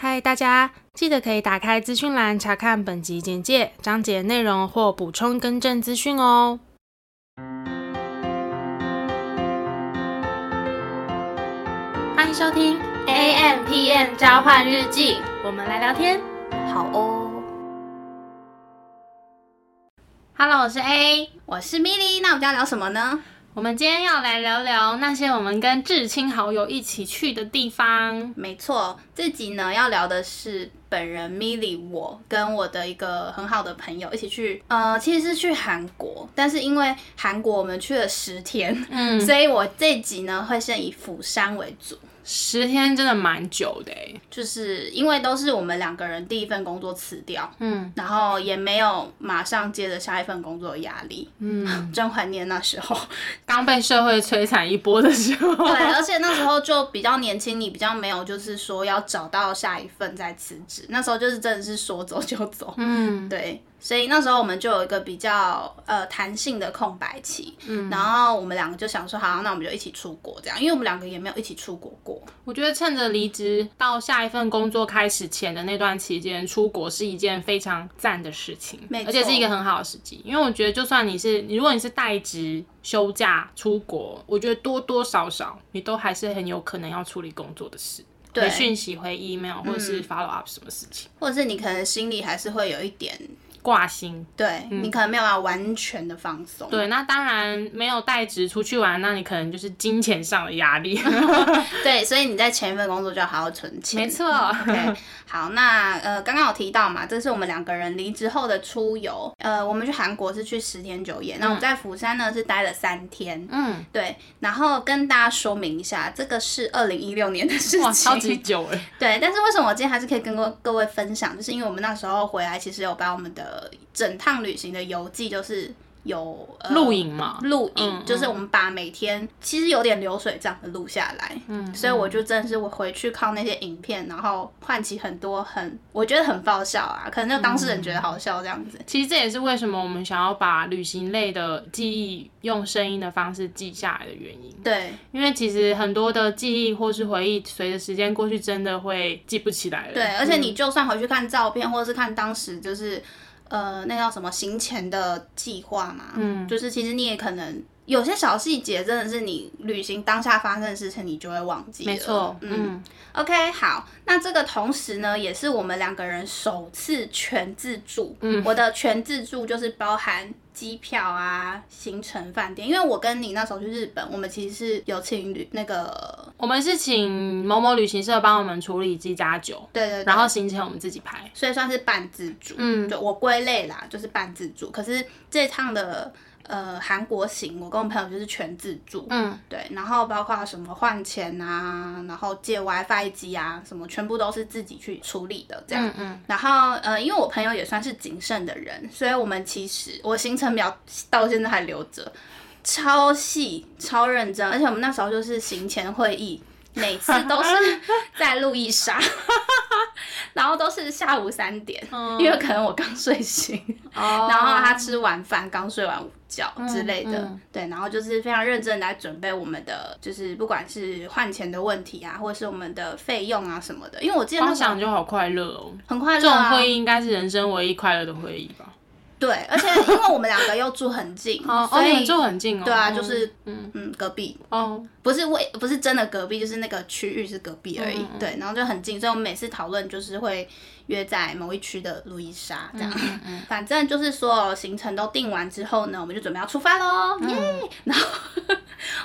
嗨，大家记得可以打开资讯栏查看本集简介、章节内容或补充更正资讯哦。欢迎收听 A M P M 交换日记，我们来聊天。好哦， Hello，我是 A，我是 Milly，那我们今天要聊什么呢？我们今天要来聊聊那些我们跟至亲好友一起去的地方。没错，这集呢要聊的是本人 Milly，我跟我的一个很好的朋友一起去，呃，其实是去韩国，但是因为韩国我们去了十 天，嗯，所以我这集呢会先以釜山为主，十天真的蛮久的欸就是因为都是我们两个人第一份工作辞掉，嗯然后也没有马上接着下一份工作的压力，嗯，真怀念那时候。刚被社会摧残一波的时候， 对，而且那时候就比较年轻，你比较没有就是说要找到下一份再辞职，那时候就是真的是说走就走。嗯，对，所以那时候我们就有一个比较呃弹性的空白期，嗯，然后我们两个就想说，好，那我们就一起出国这样，因为我们两个也没有一起出国过，我觉得趁着离职到下一份工作开始前的那段期间，出国是一件非常赞的事情没，错而且是一个很好的时机。因为我觉得，就算你是你，如果你是代职休假出国，我觉得多多少少你都还是很有可能要处理工作的事，对嗯回讯息、回 email 或者是 follow up 什么事情，或者是你可能心里还是会有一点，挂心。对、你可能没有办法完全的放松，嗯对，那当然没有代职出去玩，那你可能就是金钱上的压 力。对，所以你在前一份工作就要好好存钱，没 错 OK，好， 那呃，刚刚有提到嘛，这是我们两个人离职后的出游。呃，我们去韩国是去十天九夜，那我们在釜山呢是待了三天。嗯，对，然后跟大家说明一下，这个是二零一六年的事哇，超级情。久哎。 对，但是为什么我今天还是可以跟各各位分享，就是因为我们那时候回来，其实有把我们的整趟旅行的游记，就是有、呃、露营嘛，录影，嗯就是我们把每天其实有点流水账的录下来，嗯，所以我就真的是我回去靠那些影片，然后唤起很多很我觉得很爆笑啊，可能就当事人觉得好笑这样子，其实这也是为什么我们想要把旅行类的记忆用声音的方式记下来的原因，对因为其实很多的记忆或是回忆，随着时间过去，真的会记不起来了。对，而且你就算回去看照片，或者是看当时就是呃那叫什么行前的计划嘛，嗯，就是其实你也可能。有些小细节真的是你旅行当下发生的事情，你就会忘记了。没错，嗯，嗯， OK，好，那这个同时呢，也是我们两个人首次全自助。嗯，我的全自助就是包含机票啊、行程、饭店，因为我跟你那时候去日本，我们其实是有情侣那个，我们是请某某旅行社帮我们处理机加酒，对对对，然后行程我们自己排。所以算是半自助。嗯就我归类啦，就是半自助。可是这趟的呃韩国行，我跟我朋友就是全自助。嗯，对，然后包括什么换钱啊，然后借 WiFi 机啊，什么全部都是自己去处理的这样。嗯嗯然后呃，因为我朋友也算是谨慎的人，所以我们其实我行程表到现在还留着，超细、超认真，而且我们那时候就是行前会议，每次都是在路 易莎，啊然后都是下午三点，嗯因为可能我刚睡醒。哦然后他吃晚饭，刚睡完午觉之类的，嗯对，然后就是非常认真地来准备我们的，就是不管是换钱的问题啊，或者是我们的费用啊什么的，因为我记得那光时候想就好快乐哦。很快这乐种啊，会议应该是人生唯一快乐的回忆吧？对，而且因为我们两个又住很近，哦，所你以们住很近哦。对啊，嗯就是嗯嗯隔壁，哦，不是为不是真的隔壁，就是那个区域是隔壁而已，嗯嗯嗯对，然后就很近，所以我们每次讨论就是会约在某一区的路易莎这样，嗯反正就是所有行程都定完之后呢，我们就准备要出发喽，嗯耶！然后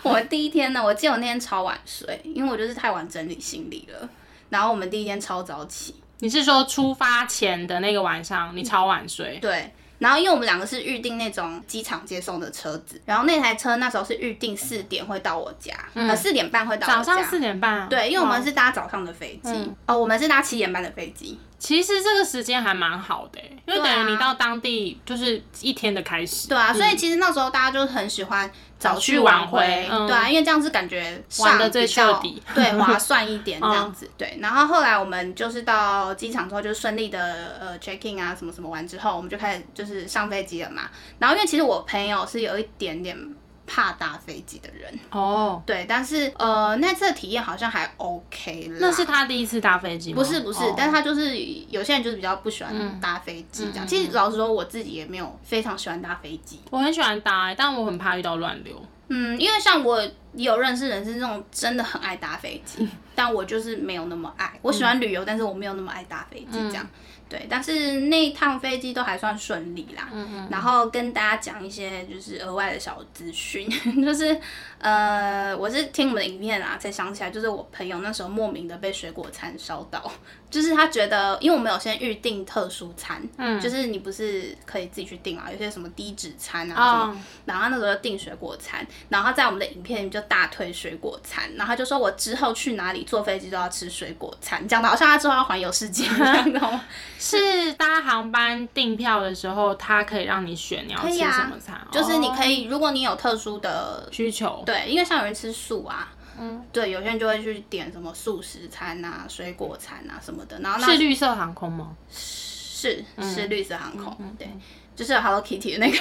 我们第一天呢，我记得我那天超晚睡，因为我就是太晚整理行李了，然后我们第一天超早起，你是说出发前的那个晚上你超晚睡？对，然后因为我们两个是预定那种机场接送的车子，然后那台车那时候是预定四点会到我家，呃四点半会到嗯早我上家。四嗯点半啊、对，因为我们哇是搭早上的飞机，哦，我们是搭七点半的飞机，其实这个时间还蛮好的欸、因为对啊等于你到当地就是一天的开始。对啊，所以其实那时候大家就很喜欢早去晚嗯早去回，晚回嗯对啊，因为这样子感觉上玩得最比较彻底 嗯对，划算一点这样子。对，然后后来我们就是到机场之后，就顺利的呃 check in 啊什么什么完之后，我们就开始就是上飞机了嘛。然后因为其实我朋友是有一点点怕搭飞机的人。哦，对，啊但是呃，那次的体验好像还 OK 啦。那是他第一次搭飞机吗？不是不是，哦嗯但是他就是有些人就是比较不喜欢搭飞机这样。其实老实说，我自己也没有非常喜欢搭飞机。我很喜欢搭、欸，但我很怕遇到乱流。嗯，因为像我有认识人是那种真的很爱搭飞机，但我就是没有那么爱。我喜欢旅游，但是我没有那么爱搭飞机这样。对，但是那一趟飞机都还算顺利啦。然后跟大家讲一些就是额外的小资讯， 就是呃，我是听我们的影片啊才想起来，就是我朋友那时候莫名的被水果餐烧到，就是他觉得，因为我们有先预定特殊餐，嗯，就是你不是可以自己去订啊，有些什么低脂餐啊什么哦然后他那时候就订水果餐，然后他在我们的影片里就大推水果餐，然后他就说我之后去哪里坐飞机都要吃水果餐，讲的好像他之后要环游世界一样，你哦懂吗？是搭航班订票的时候，它可以让你选你要 吃以啊什么餐，就是你哦可以，如果你有特殊的，需求。对，因为像有人吃素啊。嗯，对，有些人就会去点什么素食餐啊、水果餐啊什么的，然后那是绿色航空吗？是嗯是绿色航空，对，就是有 Hello Kitty 的那个，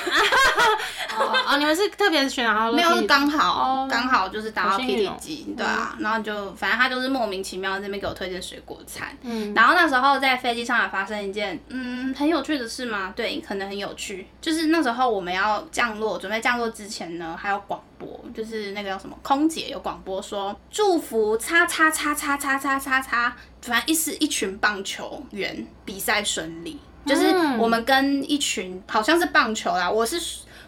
哦，哦你们是特别选好没有是 刚哦好刚好就是打好到幸 Kitty 运哦机，对啊，然后就反正他就是莫名其妙在那边给我推荐水果餐，嗯然后那时候在飞机上也发生一件嗯很有趣的事嘛，对，可能很有趣，就是那时候我们要降落，准备降落之前呢，还有广播，就是那个叫什么空姐有广播说祝福叉叉叉叉叉叉叉叉，反正一是一群棒球员比赛顺利。就是嗯我们跟一群好像是棒球啦，我是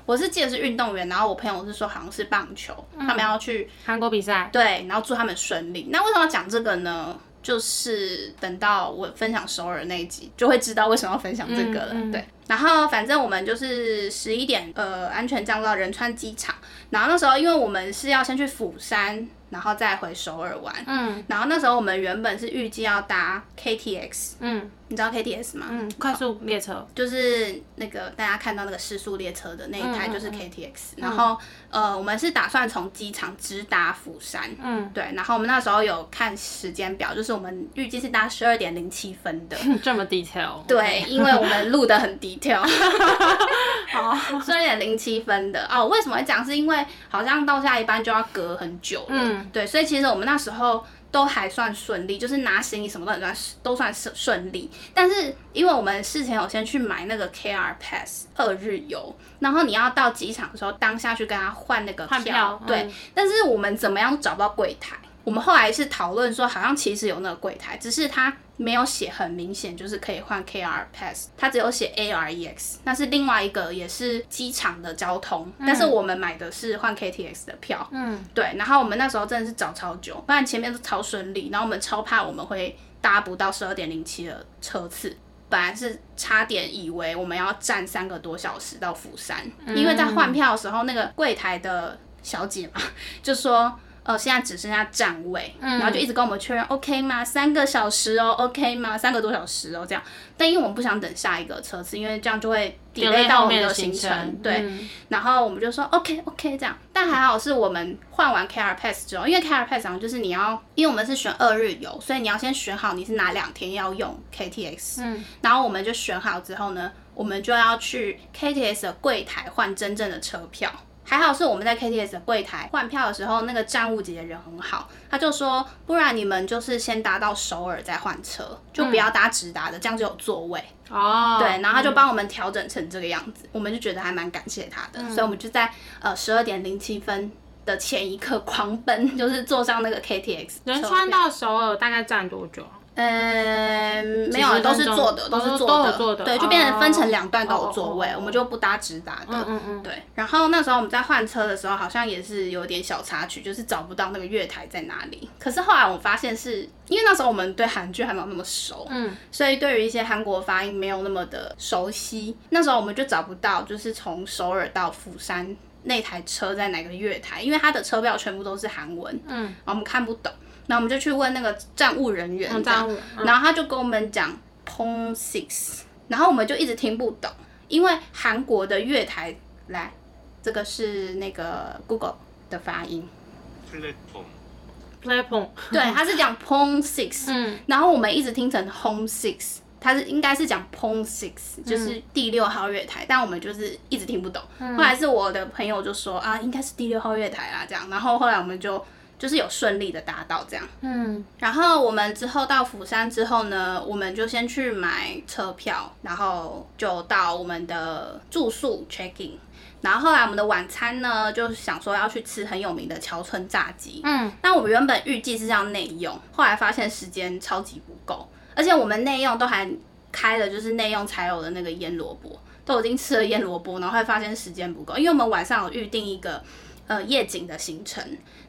我是记得是运动员，然后我朋友是说好像是棒球，嗯他们要去韩国比赛。对，然后祝他们顺利。那为什么要讲这个呢？就是等到我分享首尔那一集，就会知道为什么要分享这个了。嗯嗯对，然后反正我们就是十一点，呃，安全降落到仁川机场。然后那时候，因为我们是要先去釜山，然后再回首尔玩。嗯然后那时候我们原本是预计要搭 KTX，嗯你知道 KTX 吗？嗯，快速列 车。就是那个大家看到那个失速列车的那一嗯台嗯就是 KTX，、然后呃，我们是打算从机场直达釜山，嗯，对，然后我们那时候有看时间表，就是我们预计是搭十二点零七分的，这么 detail。对，因为我们录的很 detail，十二点零七分的哦。为什么会讲？是因为好像到下一班就要隔很久了，嗯对，所以其实我们那时候都还算顺利，就是拿行李什么都很算都算顺顺利。但是因为我们事前有先去买那个 KR Pass 二日游，然后你要到机场的时候当下去跟他换那个换票对。嗯但是我们怎么样找不到柜台？我们后来是讨论说，好像其实有那个柜台，只是它没有写很明显，就是可以换 KR Pass，它只有写 AREX，那是另外一个也是机场的交通，但是我们买的是换 KTX 的票，嗯，对，然后我们那时候真的是找超久，不然前面都超顺利，然后我们超怕我们会搭不到十二点零七的车次，本来是差点以为我们要站三个多小时到釜山，因为在换票的时候，那个柜台的小姐嘛 就说。呃，现在只剩下站位，然后就一直跟我们确认、OK 吗？三个小时哦，OK 吗？三个多小时哦，这样。但因为我们不想等下一个车次，因为这样就会 delay 到后我们面的行行程。对，嗯然后我们就说 OK OK 这样，但还好是我们换完 KR Pass 之后，因为 KR Pass 好像就是你要，因为我们是选二日游，所以你要先选好你是哪两天要用 KTX，、嗯然后我们就选好之后呢，我们就要去 KTX 的柜台换真正的车票。还好是我们在 KTX 的柜台换票的时候，那个站务姐姐人很好，她就说，不然你们就是先搭到首尔再换车，就不要搭直达的，这样就有座位。哦，对，然后他就帮我们调整成这个样子，我们就觉得还蛮感谢他嗯的，所以我们就在呃十二点零七分的前一刻狂奔， 就是坐上那个 KTX 仁车川票，到首尔大概站多久啊？呃，没有几啊，十都分是钟坐的，都是是坐都的，有坐的对，就变成分成两段哦都哦有哦座位，哦哦我们就不搭直达的。嗯嗯对，然后那时候我们在换车的时候，好像也是有点小插曲，就是找不到那个月台在哪里。可是后来我发现是，因为那时候我们对韩剧还没有那么熟，嗯，所以对于一些韩国发音没有那么的熟悉。那时候我们就找不到，就是从首尔到釜山那台车在哪个月台，因为它的车票全部都是韩文，嗯然后我们看不懂。然后我们就去问那个站务人员，嗯这站样务嗯然后他就跟我们讲 Pong Six，然后我们就一直听不懂，因为韩国的月台来，这个是那个 Google 的发音， 플랫폼 ，platform，对，他是讲 Pong Six，嗯然后我们一直听成 Home Six，它是应该是讲 Pon Six，就是第六号月台，但我们就是一直听不懂。后来是我的朋友就说啊，应该是第六号月台啦，这样。然后后来我们就就是有顺利的达到这样。嗯，然后我们之后到釜山之后呢，我们就先去买车票，然后就到我们的住宿 check in。然后后来我们的晚餐呢，就想说要去吃很有名的桥村炸鸡。嗯，那我们原本预计是要内用，后来发现时间超级不够，而且我们内用都还开了，就是内用才有的那个腌萝卜，都已经吃了腌萝卜，然后后来发现时间不够，因为我们晚上有预定一个呃夜景的行程，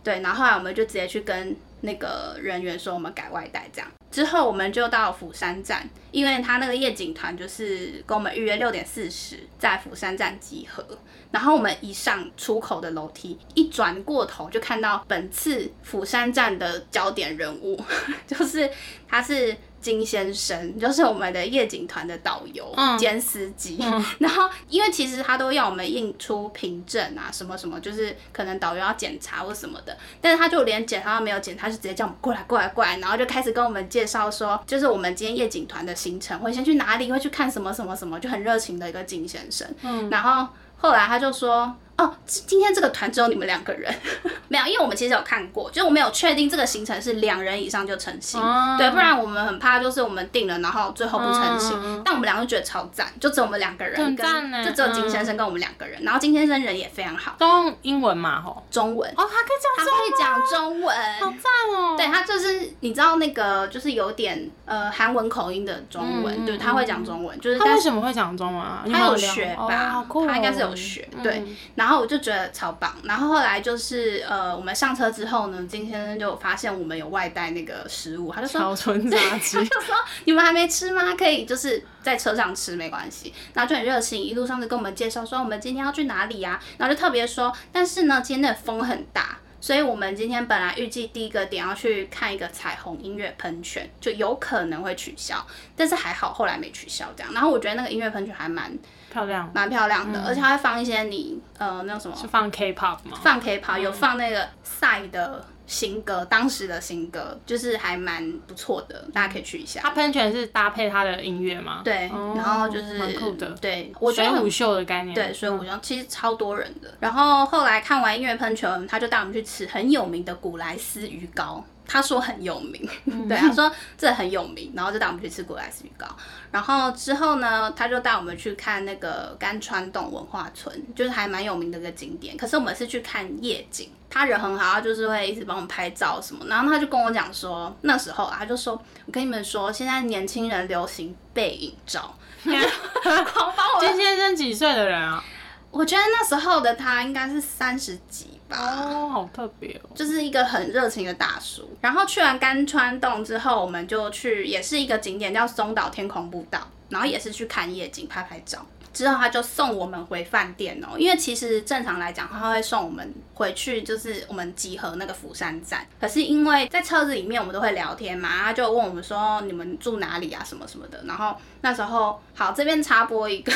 对，然后后来我们就直接去跟那个人员说我们改外带这样。之后我们就到釜山站，因为他那个夜景团就是跟我们预约六点四十在釜山站集合。然后我们一上出口的楼梯，一转过头就看到本次釜山站的焦点人物， 就是他是金先生，就是我们的夜景团的导游、嗯兼司机。然后因为其实他都要我们印出凭证啊，什么什么，就是可能导游要检查或什么的，但是他就连检查都没有检查，就直接叫我们过来过来过来，然后就开始跟我们介绍说，就是我们今天夜景团的行程会先去哪里，会去看什么什么什么，就很热情的一个金先生。嗯，然后后来他就说。哦，今今天这个团只有你们两个人， 没有，因为我们其实有看过，就是我们有确定这个行程是两人以上就成型，哦对，不然我们很怕就是我们定了，然后最后不成型。嗯但我们两个就觉得超赞，就只有我们两个人很跟，赞呢嗯就只有金先生跟我们两个人，然后金先生人也非常好，都用英文嘛吼。中文，哦，还可以他讲中会文，讲中好文，赞哦。对他就是你知道那个就是有点呃韩文口音的中文，嗯嗯对，他会讲中文，就是他但为是什么会讲中文啊？你他们有聊学哦、吧好，酷哦他应该是有学，对。嗯然后我就觉得超棒。然后后来就是呃，我们上车之后呢，金先生就发现我们有外带那个食物，他就说潮 村炸鸡，你们还没吃吗？可以就是在车上吃没关系。然后就很热情，一路上就跟我们介绍说我们今天要去哪里啊，然后就特别说，但是呢，今天的风很大。所以我们今天本来预计第一个点要去看一个彩虹音乐喷泉，就有可能会取消，但是还好后来没取消这样。然后我觉得那个音乐喷泉还蛮漂亮，蛮漂亮的，而且它会放一些你呃那种什么是放 K-pop 吗？放 K-pop，有放那个赛的新歌，当时的新歌就是还蛮不错的，大家可以去一下。它喷泉是搭配它的音乐吗？对，哦然后就是蛮酷的，对，我觉水得很舞秀的概念。对，所以我觉得其实超多人的。然后后来看完音乐喷泉，他就带我们去吃很有名的古莱斯鱼糕。他说很有名，对，他说这很有名，然后就带我们去吃古莱斯鱼糕。然后之后呢，他就带我们去看那个甘川洞文化村，就是还蛮有名的一个景点。可是我们是去看夜景，他人很好，他就是会一直帮我们拍照什么。然后他就跟我讲说，那时候啊，他就说，我跟你们说，现在年轻人流行背影照，狂帮我金先生几岁的人啊？我觉得那时候的他应该是三十几吧，哦，好特别哦。就是一个很热情的大叔。然后去完甘川洞之后，我们就去也是一个景点叫松岛天空步道，然后也是去看夜景、拍拍照。之后他就送我们回饭店哦，因为其实正常来讲，他会送我们回去，就是我们集合那个釜山站。可是因为在车子里面我们都会聊天嘛，他就问我们说你们住哪里啊，什么什么的。然后那时候好，这边插播一个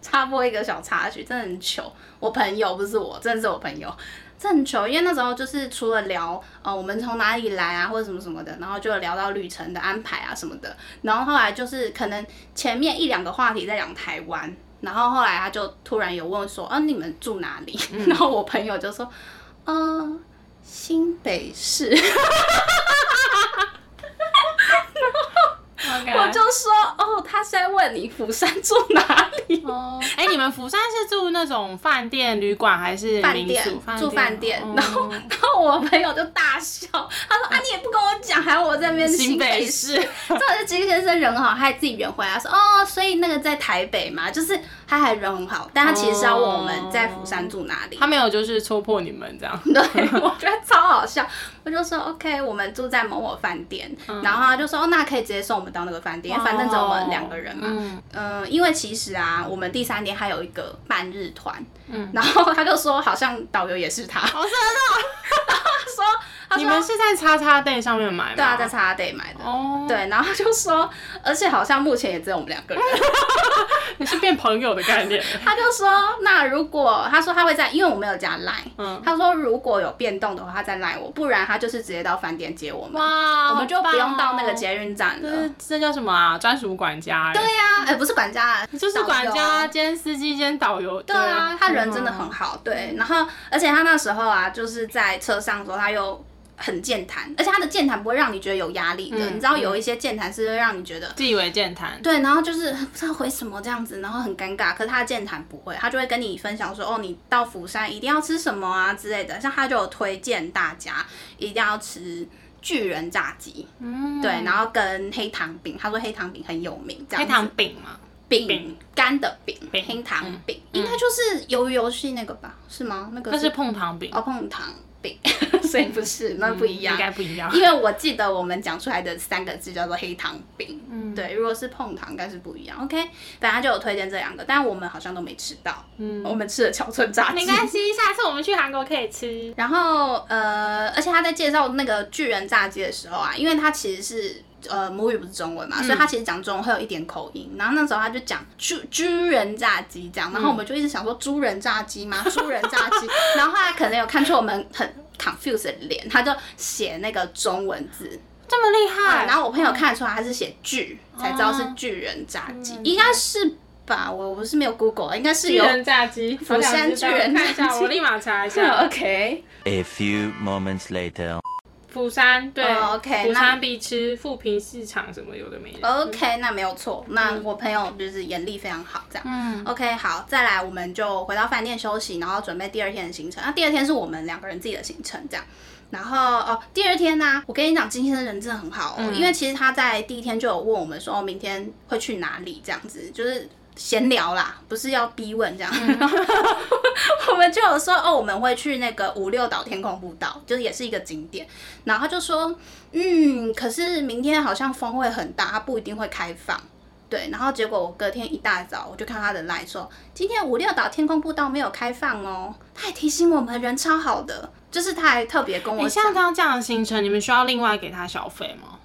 插播一个小插曲，真的很糗。我朋友不是我，真的是我朋友，真的很糗。因为那时候就是除了聊呃我们从哪里来啊，或者什么什么的，然后就聊到旅程的安排啊什么的。然后后来啊就是可能前面一两个话题在讲台湾，然后后来他就突然有问说，嗯、你们住哪里？ 嗯然后我朋友就说，嗯、新北市。我啊就说，哦，他是在问你釜山住哪里。哦，哎，你们釜山是住那种饭店、旅馆还是饭民店宿？住饭店，哦然后 然后我朋友就大笑，他说啊你也不跟我讲，还要我在那边嗯新北北市，这是金先生人很好，他还自己圆回来说哦，所以那个在台北嘛，就是他还人很好，但他其实是要问我们在釜山住哪里。他没有就是戳破你们这样。 对，我觉得超好笑。我就说 OK，我们住在某某饭店，嗯然后他就说、哦、那可以直接送我们到那个饭店，因为 反正只有我们两个人嘛。哦嗯嗯、因为其实啊，我们第三天还有一个半日嗯团，然后他就说好像导游也是他，哦好真的，说你们是在叉叉 day 上面买吗？哦对啊，在叉 day 买的。哦，对，然后就说，而且好像目前也只有我们两个人。你是变朋友的概 念。他就说，那如果他说他会在，因为我没有加 line，、嗯他说如果有变动的话，他再 line 我，不然他就是直接到饭店接我们，哇我们就不用到那个节，捷运站哦这了是。这叫什么啊？专属管家、欸。对呀、哎、不是管家啊，就是导游啊管家兼司机兼导游。对啊，他人真的很好，嗯对。然后，而且他那时候啊，就是在车上的时候，他又很健谈，而且他的健谈不会让你觉得有压力的。嗯你知道有一些健谈是会让你觉得。自以为健谈。对，然后就是不知道回什么这样子，然后很尴尬。可是他的健谈不会，他就会跟你分享说，哦，你到釜山一定要吃什么啊之类的。像他就有推荐大家一定要吃巨人炸鸡，嗯，对，然后跟黑糖饼，他说黑糖饼很有名，这样黑子糖饼嘛，饼饼干的饼，饼嗯黑糖饼，应该就是鱿鱼游戏那个吧？是吗？那个那是碰糖饼，哦碰糖饼， 所以不是，那不一样嗯应。该不一样。因为我记得我们讲出来的三个字叫做黑糖饼，嗯对，如果是碰糖，应该是不一样。OK，反正就有推荐这两个，但我们好像都没吃到，嗯，我们吃了桥村炸鸡。系，下次我们去韩国可以吃。然后呃，而且他在介绍那个巨人炸鸡的时候啊，因为他其实是呃母语不是中文嘛，嗯所以他其实讲中文会有一点口音。然后那时候他就讲巨巨人炸鸡这样，然后我嗯们就一直想说猪人炸鸡吗？猪人炸鸡。 然后后来可能有看出我们很 confused 的脸，他就写那个中文字，这么厉啊害，然后我朋友看得出来他是写巨，嗯才知道是巨人炸鸡，应该是吧？我我是没有 Google，应该是巨有。人炸鸡，釜山巨人炸鸡看一下，我立马查一 下。 OK， A few moments later. 釜山对、哦，OK，釜那哦山必吃，富平市场什么有的没的。 OK，那没有错。那我朋友就是眼力非常好，这样。嗯 OK，好，再来，我们就回到饭店休息，然后准备第二天的行程。那第二天是我们两个人自己的行程，这样。然后哦，第二天呢、我跟你讲，今天的人真的很好哦，嗯因为其实他在第一天就有问我们说，哦，明天会去哪里，这样子，就是闲聊啦，不是要逼问这样。嗯然后 我们就有说，哦，我们会去那个五六岛天空步道，就是也是一个景点。然后他就说，嗯，可是明天好像风会很大，它不一定会开放。对，然后结果我隔天一大早我就看他的来说，今天五六岛天空步道没有开放哦。他还提醒我们人超好的，就是他还特别跟我你像讲，刚刚这样的行程，你们需要另外给他小费吗？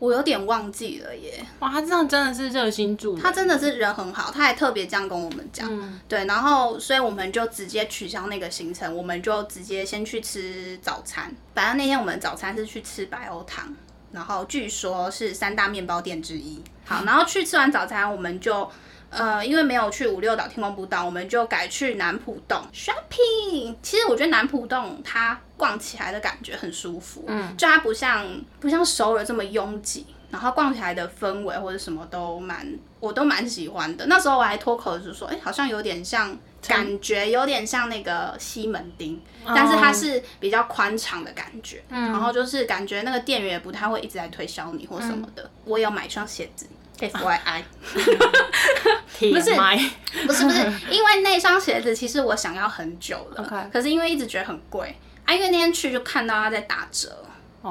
我有点忘记了耶。哇，他这样真的是热心助人。他真的是人很好，他还特别这样跟我们讲。嗯对，然后所以我们就直接取消那个行程，我们就直接先去吃早餐。反正那天我们早餐是去吃白欧堂，然后据说是三大面包店之一。好，然后去吃完早餐，我们就呃，因为没有去五六岛天空步道，我们就改去南浦洞 shopping。其实我觉得南浦洞它逛起来的感觉很舒服，嗯，就它不像不像首尔这么拥挤，然后逛起来的氛围或者什么都蛮，我都蛮喜欢的。那时候我还脱口就说，哎、好像有点像，感觉有点像那个西门町，但是它是比较宽敞的感觉，然后就是感觉那个店员也不太会一直在推销你或什么的。我有买一双鞋子。F Y I，不是不是不是，因为那双鞋子其实我想要很久了 OK 可是因为一直觉得很贵啊，因为那天去就看到它在打折，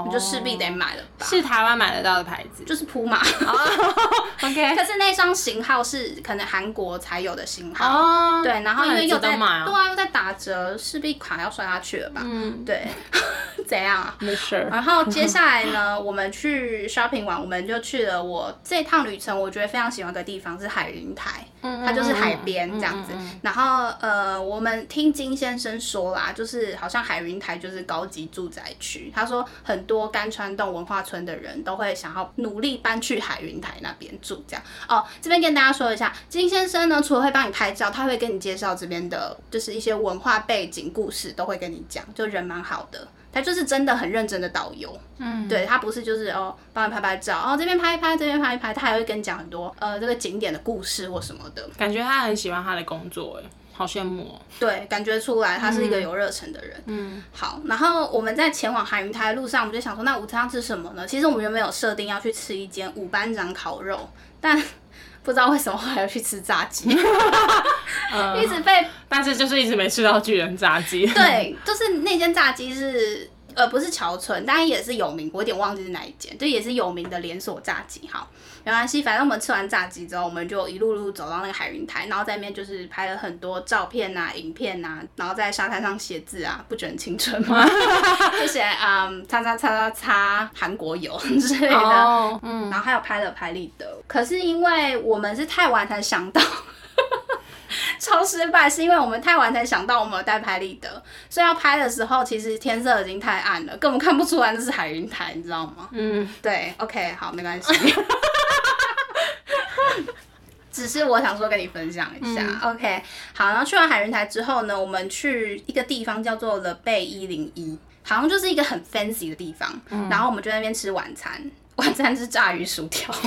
你就势必得买了哦吧？是台湾买得到的牌子。就是铺嘛。 OK，可是那双型号是可能韩国才有的型号，哦，对，然后因那为你又值得在、买啊对啊又在打折，势必款要摔下去了吧？嗯，对， 怎样啊？没事儿。然后 接下来呢，我们去 shopping 完，我们就去了我这趟旅程，我觉得非常喜欢的地方是海云台，嗯它就是海边这样子。然后呃，我们听金先生说啦，就是好像海云台就是高级住宅区，他说很多甘川洞文化村的人都会想要努力搬去海云台那边住这样。哦，这边跟大家说一下，金先生呢，除了会帮你拍照，他会跟你介绍这边的，就是一些文化背景故事，都会跟你讲，就人蛮好的。他就是真的很认真的导游，嗯，对他不是就是哦帮你拍拍照，哦这边拍一拍，这边拍一拍，他还会跟你讲很多呃这个景点的故事或什么的，嗯感觉他很喜欢他的工作，哎，好羡慕哦。对，感觉出来他是一个有热忱的人。嗯，好，然后我们在前往海云台的路上，我们就想说，那午餐要吃什么呢？其实我们原本有设定要去吃一间五班长烤肉，但 不知道为什么后来要去吃炸鸡，嗯一直被 但是就是一直没吃到巨人炸鸡。对，就是那间炸鸡是。呃，不是桥村，当然也是有名，我有点忘记是哪一间，就也是有名的连锁炸鸡。好，没关系，反正我们吃完炸鸡之后，我们就一路路走到那个海云台，然后在那边就是拍了很多照片啊、影片啊，然后在沙滩上写字啊，不觉得很青春吗？ 就写嗯，擦擦擦擦擦韩国游之类的。哦，嗯，然后还有拍了拍立得，可是因为我们是太晚才想到， 超失败，是因为我们太晚才想到我们有带拍立得，所以要拍的时候其实天色已经太暗了，根本看不出来这是海云台，你知道吗？嗯，对，OK，好，没关系。 只是我想说跟你分享一下、o k 好，然后去完海云台之后呢，我们去一个地方叫做 The Bay 一零一，好像就是一个很 fancy 的地方，然后我们就在那边吃晚餐，晚餐是炸鱼薯条。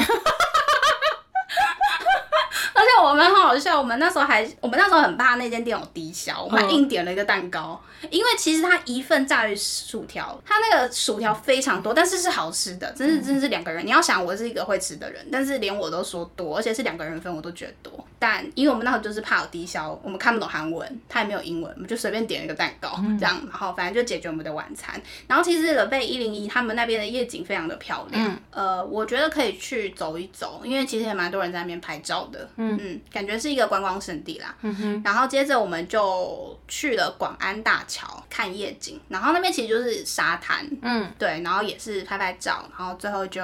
而且我们很好笑，我们那时候还，我们那时候很怕那间店有低消，我们还嗯硬点了一个蛋糕，因为其实它一份炸鱼薯条，它那个薯条非常多，但是是好吃的，真是真是两个人。你要想，我是一个会吃的人，但是连我都说多，而且是两个人分，我都觉得多。但因为我们那时候就是怕有低消，我们看不懂韩文，它也没有英文，我们就随便点了一个蛋糕，这样，然后反正就解决我们的晚餐。然后其实冷贝一零一他们那边的夜景非常的漂亮，呃，我觉得可以去走一走，因为其实也蛮多人在那边拍照的，嗯感觉是一个观光胜地啦。然后接着我们就去了广安大桥看夜景，然后那边其实就是沙滩，嗯，对，然后也是拍拍照，然后最后就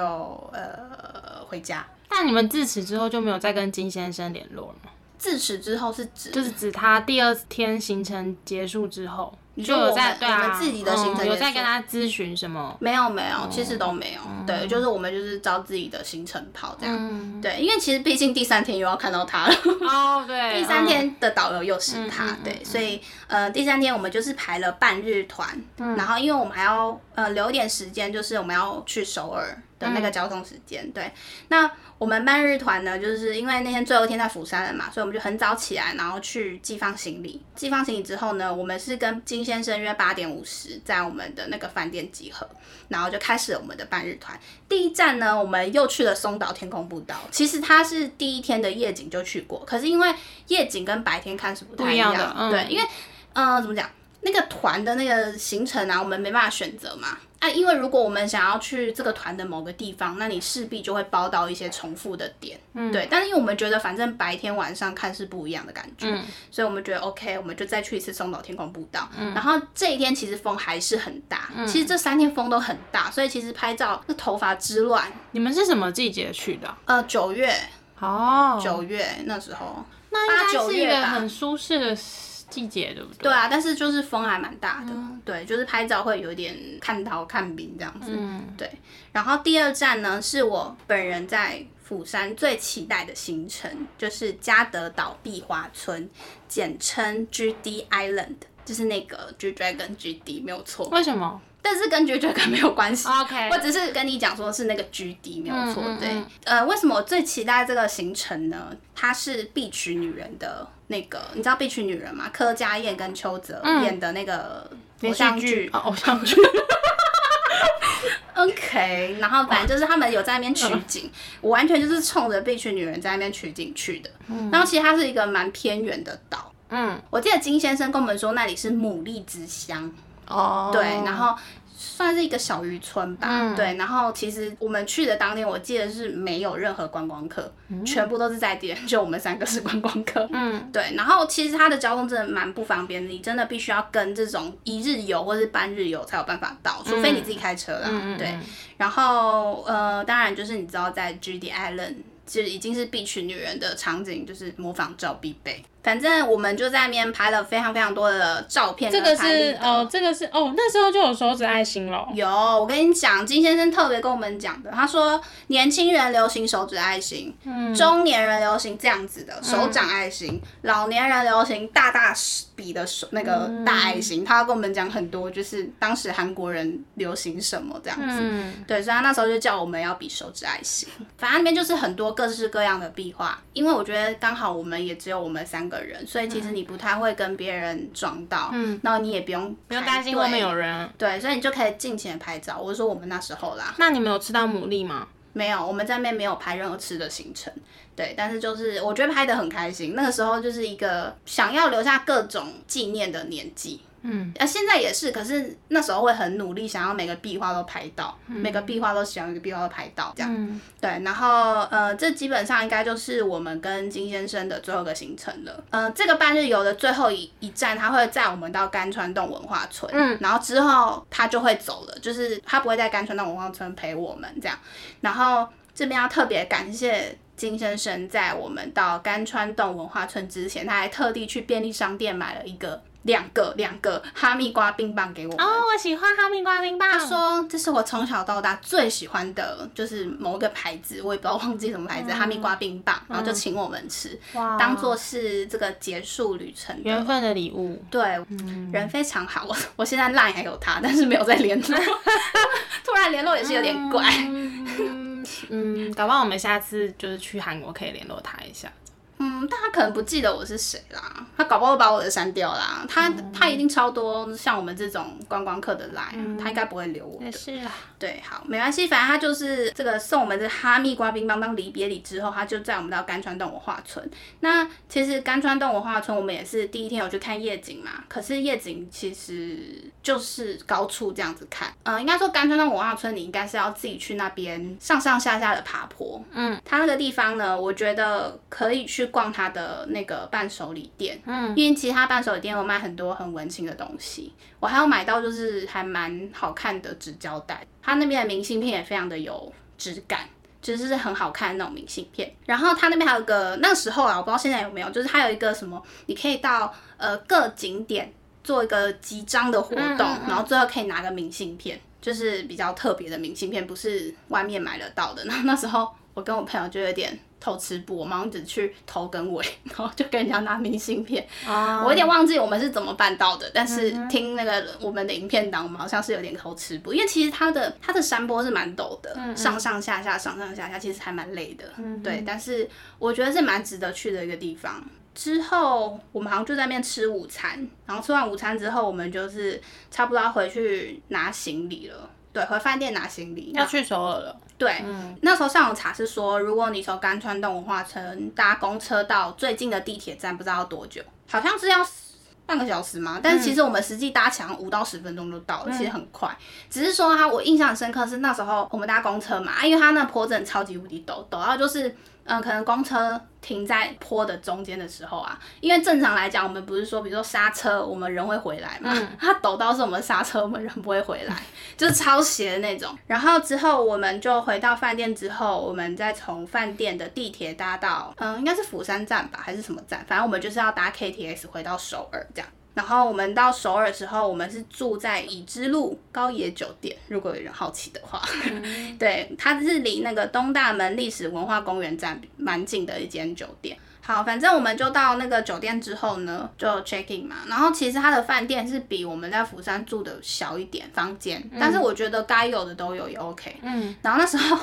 呃回家。那你们自此之后就没有再跟金先生联络了吗？自此之后是指就是指他第二天行程结束之后，你就说我有们在对我啊，们自己的行程嗯有结在束跟他咨询什么？没有没哦有，其实都没有。对，就是我们就是照自己的行程跑这样。嗯，对，因为其实毕竟第三天又要看到他了。 哦，对，第三嗯天的导游又是他，对，所以呃，第三天我们就是排了半日团，嗯然后因为我们还要呃留一点时间，就是我们要去首尔的嗯那个交通时间，对。那我们半日团呢，就是因为那天最后一天在釜山了嘛，所以我们就很早起来，然后去寄放行李。寄放行李之后呢，我们是跟金先生约八点五十在我们的那个饭店集合，然后就开始了我们的半日团。第一站呢，我们又去了松岛天空步道。其实它是第一天的夜景就去过，可是因为夜景跟白天看是不太不一样的嗯对，因为呃，怎么讲？那个团的那个行程啊，我们没办法选择嘛。啊，因为如果我们想要去这个团的某个地方，那你势必就会包到一些重复的点，嗯对。但是因为我们觉得反正白天晚上看是不一样的感觉，嗯所以我们觉得 OK，我们就再去一次松岛天空步道。嗯然后这一天其实风还是很大，其实这三天风都很大，所以其实拍照那头发之乱，你们是什么季节去的啊？呃，九月哦，九月那时候，那应八该九是一月个吧很舒适的季节，对不对？对啊，但是就是风还蛮大的，对，就是拍照会有点看桃看饼这样子，对。然后第二站呢，是我本人在釜山最期待的行程，就是嘉德岛碧华村，简称 GD Island，就是那个 G Dragon GD 没有错，为什么？但是跟 G Dragon 没有关系 OK 我只是跟你讲说是那个 GD 没有错，嗯嗯对嗯。呃，为什么我最期待这个行程呢？它是碧池女人的那个，你知道碧池女人吗？柯佳燕跟邱泽演的那个偶像剧。啊，偶像嗯剧， OK，然后反正就是他们有在那边取嗯景，我完全就是冲着碧池女人在那边取景去的。然后其实它是一个蛮偏远的岛，嗯，我记得金先生跟我们说那里是牡蛎之乡。哦，嗯对，然后算是一个小渔村吧，对。然后其实我们去的当天，我记得是没有任何观光客，全部都是在地人，就我们三个是观光客。嗯，对。然后其实它的交通真的蛮不方便，你真的必须要跟这种一日游或是半日游才有办法到，除非你自己开车啦。嗯嗯对嗯。然后呃，当然就是你知道在 G D Island。就已经是必娶女人的场景，就是模仿照必备。反正我们就在那边拍了非常非常多的照片这跟个拍立是得。哦，这个是哦，那时候就有手指爱心了。有，我跟你讲，金先生特别跟我们讲的，他说年轻人流行手指爱心，嗯中年人流行这样子的手掌爱心，老年人流行大大笔的手那个嗯大爱心。他跟我们讲很多，就是当时韩国人流行什么这样子。嗯，对，所以他那时候就叫我们要比手指爱心。反正那边就是很多各式各样的壁画，因为我觉得刚好我们也只有我们三个人，所以嗯其实你不太会跟别人撞到，嗯，然后你也不用不用排担心队后面有人。对，所以你就可以尽情的拍照。我是说我们那时候啦，那你们有吃到牡蛎吗？没有，我们在那边没有拍任何吃的行程。对，但是就是我觉得拍的很开心。那个时候就是一个想要留下各种纪念的年纪。嗯，啊，现在也是，可是那时候会很努力，想要每个壁画都拍到，每个壁画都喜欢，每个壁画都拍到这样。嗯对，然后呃，这基本上应该就是我们跟金先生的最后一个行程了。呃，这个半日游的最后一一站，他会载我们到甘川洞文化村，嗯，然后之后他就会走了，就是他不会在甘川洞文化村陪我们这样。然后这边要特别感谢。金先生在我们到甘川洞文化村之前，他还特地去便利商店买了一个、两个、两个哈密瓜冰棒给我们。哦，我喜欢哈密瓜冰棒。他说这是我从小到大最喜欢的，就是某一个牌子，我也不知道忘记什么牌子，哈密瓜冰棒，然后就请我们吃，嗯哇当做是这个结束旅程缘的。分嗯的礼物。对，人非常好，我我现在 line 还有他，但是没有再联 络，突然联络也是有点怪。嗯 嗯，搞不好我们下次就是去韩国可以联络他一下。嗯，但他可能不记得我是谁啦，他搞不好把我的删掉啦。他、嗯他一定超多像我们这种观光客的 line，、他嗯应该不会留我的。是啊啦，对，好，没关系，反正他就是这个送我们这哈密瓜冰棒当离别礼之后，他就载我们到甘川洞文化村。那其实甘川洞文化村，我们也是第一天有去看夜景嘛，可是夜景其实就是高处这样子看，嗯、应该说甘川洞文化村，你应该是要自己去那边上上下下的爬坡。嗯，它那个地方呢，我觉得可以去逛它的那个伴手礼店，嗯，因为其他伴手礼店有卖很多很文青的东西，我还有买到就是还蛮好看的纸胶带，它那边的明信片也非常的有质感。就是很好看的那种明信片，然后它那边还有个那时候啊，我不知道现在有没有，就是它有一个什么，你可以到呃各景点做一个集章的活动，嗯嗯嗯然后最后可以拿个明信片，就是比较特别的明信片，不是外面买得到的。那那时候我跟我朋友就有点偷吃步，我马上只去头跟尾， 然后就跟人家拿明信片，啊我有点忘记我们是怎么办到的，但是听那个我们的影片档，我们好像是有点偷吃步，因为其实它的它的山坡是蛮陡的，上上下下上上下下，其实还蛮累的，对。但是我觉得是蛮值得去的一个地方。之后我们好像就在那边吃午餐，然后吃完午餐之后，我们就是差不多要回去拿行李了。对，回饭店拿行李，要去首尔了。对，那时候上网查是说，如果你从甘川洞文化村搭公车到最近的地铁站，不知道要多久，好像是要半个小时嘛。但是其实我们实际搭起来五到十分钟就到了，其实很快。只是说哈，我印象很深刻是那时候我们搭公车嘛，啊因为它那坡真的超级无敌陡，陡到就是。嗯，可能公车停在坡的中间的时候啊，因为正常来讲，我们不是说，比如说刹车，我们人会回来嘛。它陡到是我们刹车，我们人不会回来。就是超斜的那种。然后之后我们就回到饭店之后，我们再从饭店的地铁搭到，嗯，应该是釜山站吧，还是什么站？反正我们就是要搭 KTX 回到首尔这样。然后我们到首尔的时候，我们是住在已知路高野酒店，如果有人好奇的话， 对，它是离那个东大门历史文化公园站蛮近的一间酒店。好，反正我们就到那个酒店之后呢，就 check in 嘛。然后其实它的饭店是比我们在釜山住的小一点房间，但是我觉得该有的都有也 OK。嗯，然后那时候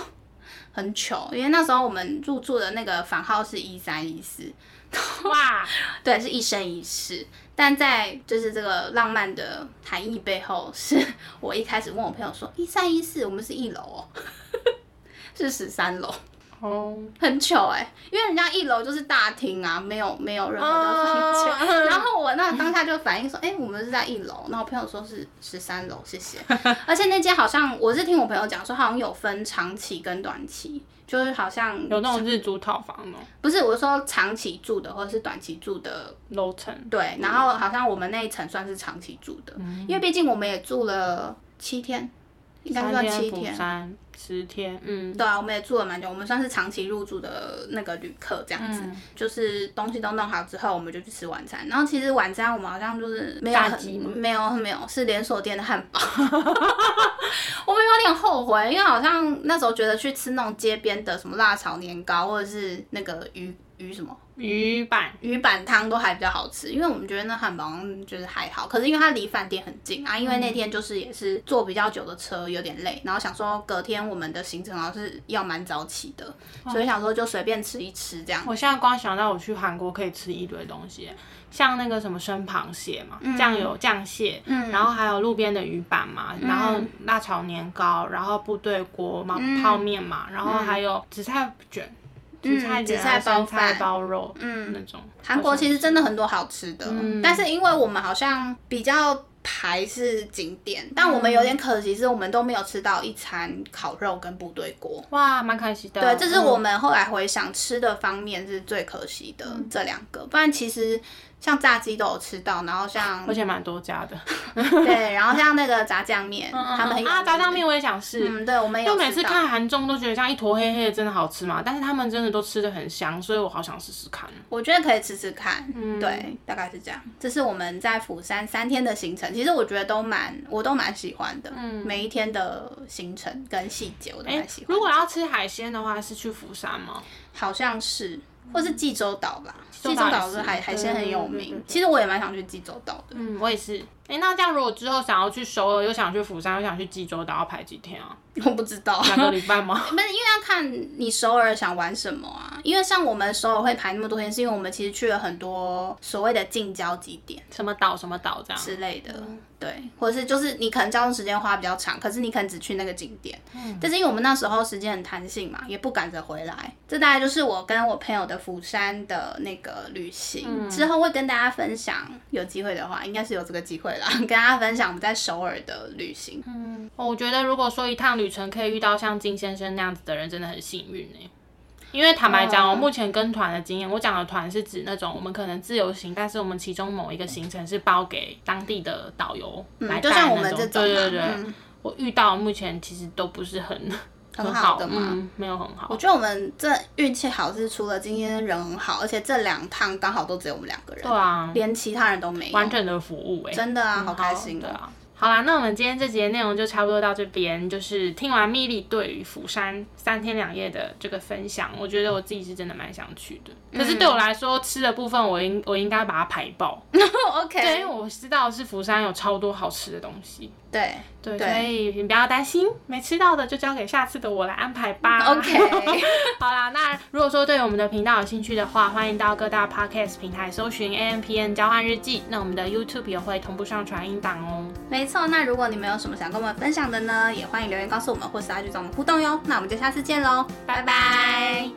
很糗，因为那时候我们入住的那个房号是一三一四，哇，对，是一生一世。但在就是这个浪漫的含义背后，是我一开始问我朋友说一三一四，我们是一楼哦， 是十三楼，哦，很糗哎、因为人家一楼就是大厅啊，没有没有任何的房间。 哦然后我那当下就反应说，哎、我们是在一楼。然后我朋友说是十三楼，谢谢。而且那间好像我是听我朋友讲说，好像有分长期跟短期，就是好像有那种日租套房哦，不是我说长期住的或者是短期住的楼层。对，然后好像我们那一层算是长期住的，嗯因为毕竟我们也住了七天，应该三算七天釜天。山十天，嗯，对啊，我们也住了蛮久，我们算是长期入住的那个旅客这样子。就是东西都弄好之后，我们就去吃晚餐。然后其实晚餐我们好像就是没有炸很鸡吗没有没有是连锁店的汉堡， 我们有点后悔，因为好像那时候觉得去吃那种街边的什么辣炒年糕或者是那个鱼鱼什么鱼板，鱼板汤都还比较好吃，因为我们觉得那汉堡好像就是还好，可是因为它离饭店很近啊，因为那天就是也是坐比较久的车，有点累，然后想说隔天我们的行程好像是要蛮早起的，所以想说就随便吃一吃这样。我现在光想到我去韩国可以吃一堆东西，像那个什么生螃蟹嘛，酱油酱蟹，嗯然后还有路边的鱼板嘛，然后辣炒年糕，然后部队锅嘛，泡面嘛，然后还有紫菜卷。紫菜嗯嗯卷、啊紫菜包生菜饭包肉，嗯，那种。韩国其实真的很多好吃的，但是因为我们好像比较排是景点，但我们有点可惜，是我们都没有吃到一餐烤肉跟部队锅。哇，蛮开心的。对，呃这是我嗯们后来回想吃的方面是最可惜的、嗯这两个，不然其实像炸鸡都有吃到，然后像而且蛮多家的。 对，然后像那个炸酱面，他们很有啊，名炸酱面，我也想试。嗯，对，我们因为有我每次吃到看韩综都觉得像一坨黑黑的，真的好吃嘛？但是他们真的都吃的很香，所以我好想试试看。我觉得可以吃吃看，嗯对，大概是这样。这是我们在釜山三天的行程，其实我觉得都蛮，我都蛮喜欢的，每一天的行程跟细节我都哎、蛮喜欢。嗯如果要吃海鲜的话，是去釜山吗？好像是，或是济州岛吧，济州州岛也岛是是海海鲜很有对对名对，其实我也蛮想去济州岛的。嗯，我也是。哎、那这样如果之后想要去首尔，又想去釜山，又想去济州岛，要排几天 啊？ 我不知道，两个礼拜吗？不是因为要看你首尔想玩什么啊？因为像我们首尔会排那么多天，是因为我们其实去了很多所谓的近郊景点。什么岛什么岛这样？之类的，嗯对，或者是就是你可能交通时间花比较长，可是你可能只去那个景点，嗯但是因为我们那时候时间很弹性嘛，也不赶着回来，这大概就是我跟我朋友的釜山的那个旅行，嗯之后会跟大家分享，有机会的话应该是有这个机会啦，跟大家分享我们在首尔的旅行，哦我觉得如果说一趟旅程可以遇到像金先生那样子的人，真的很幸运呢、因为坦白嗯讲，我目前跟团的经验，我讲的团是指那种我们可能自由行，但是我们其中某一个行程是包给当地的导游来嗯，带就那像种。我们这种嘛，对对对，嗯，我遇到目前其实都不是很很好好的嘛。嗯，没有很好我。觉得我们这运气好是除了今天人很好，而且这两趟刚好都只有我们两个人，对啊，连其他人都没有，完整的服务哎、真的啊，好好开心对哦。啊。好啦，那我们今天这集的内容就差不多到这边。就是听完米莉对于釜山三天两夜的这个分享，我觉得我自己是真的蛮想去的。嗯可是对我来说，吃的部分我应我应该把它排爆， OK，对，因为我知道是釜山有超多好吃的东西。对对，对所以你不要担心，没吃到的就交给下次的我来安排吧。嗯 OK 好啦，那如果说对我们的频道有兴趣的话，欢迎到各大 podcast 平台搜寻 A M P N 交换日记。那我们的 YouTube 也会同步上传音档哦。没错。那如果你们有什么想跟我们分享的呢，也欢迎留言告诉我们，或是来去找我们互动哟。那我们就下次见喽，拜拜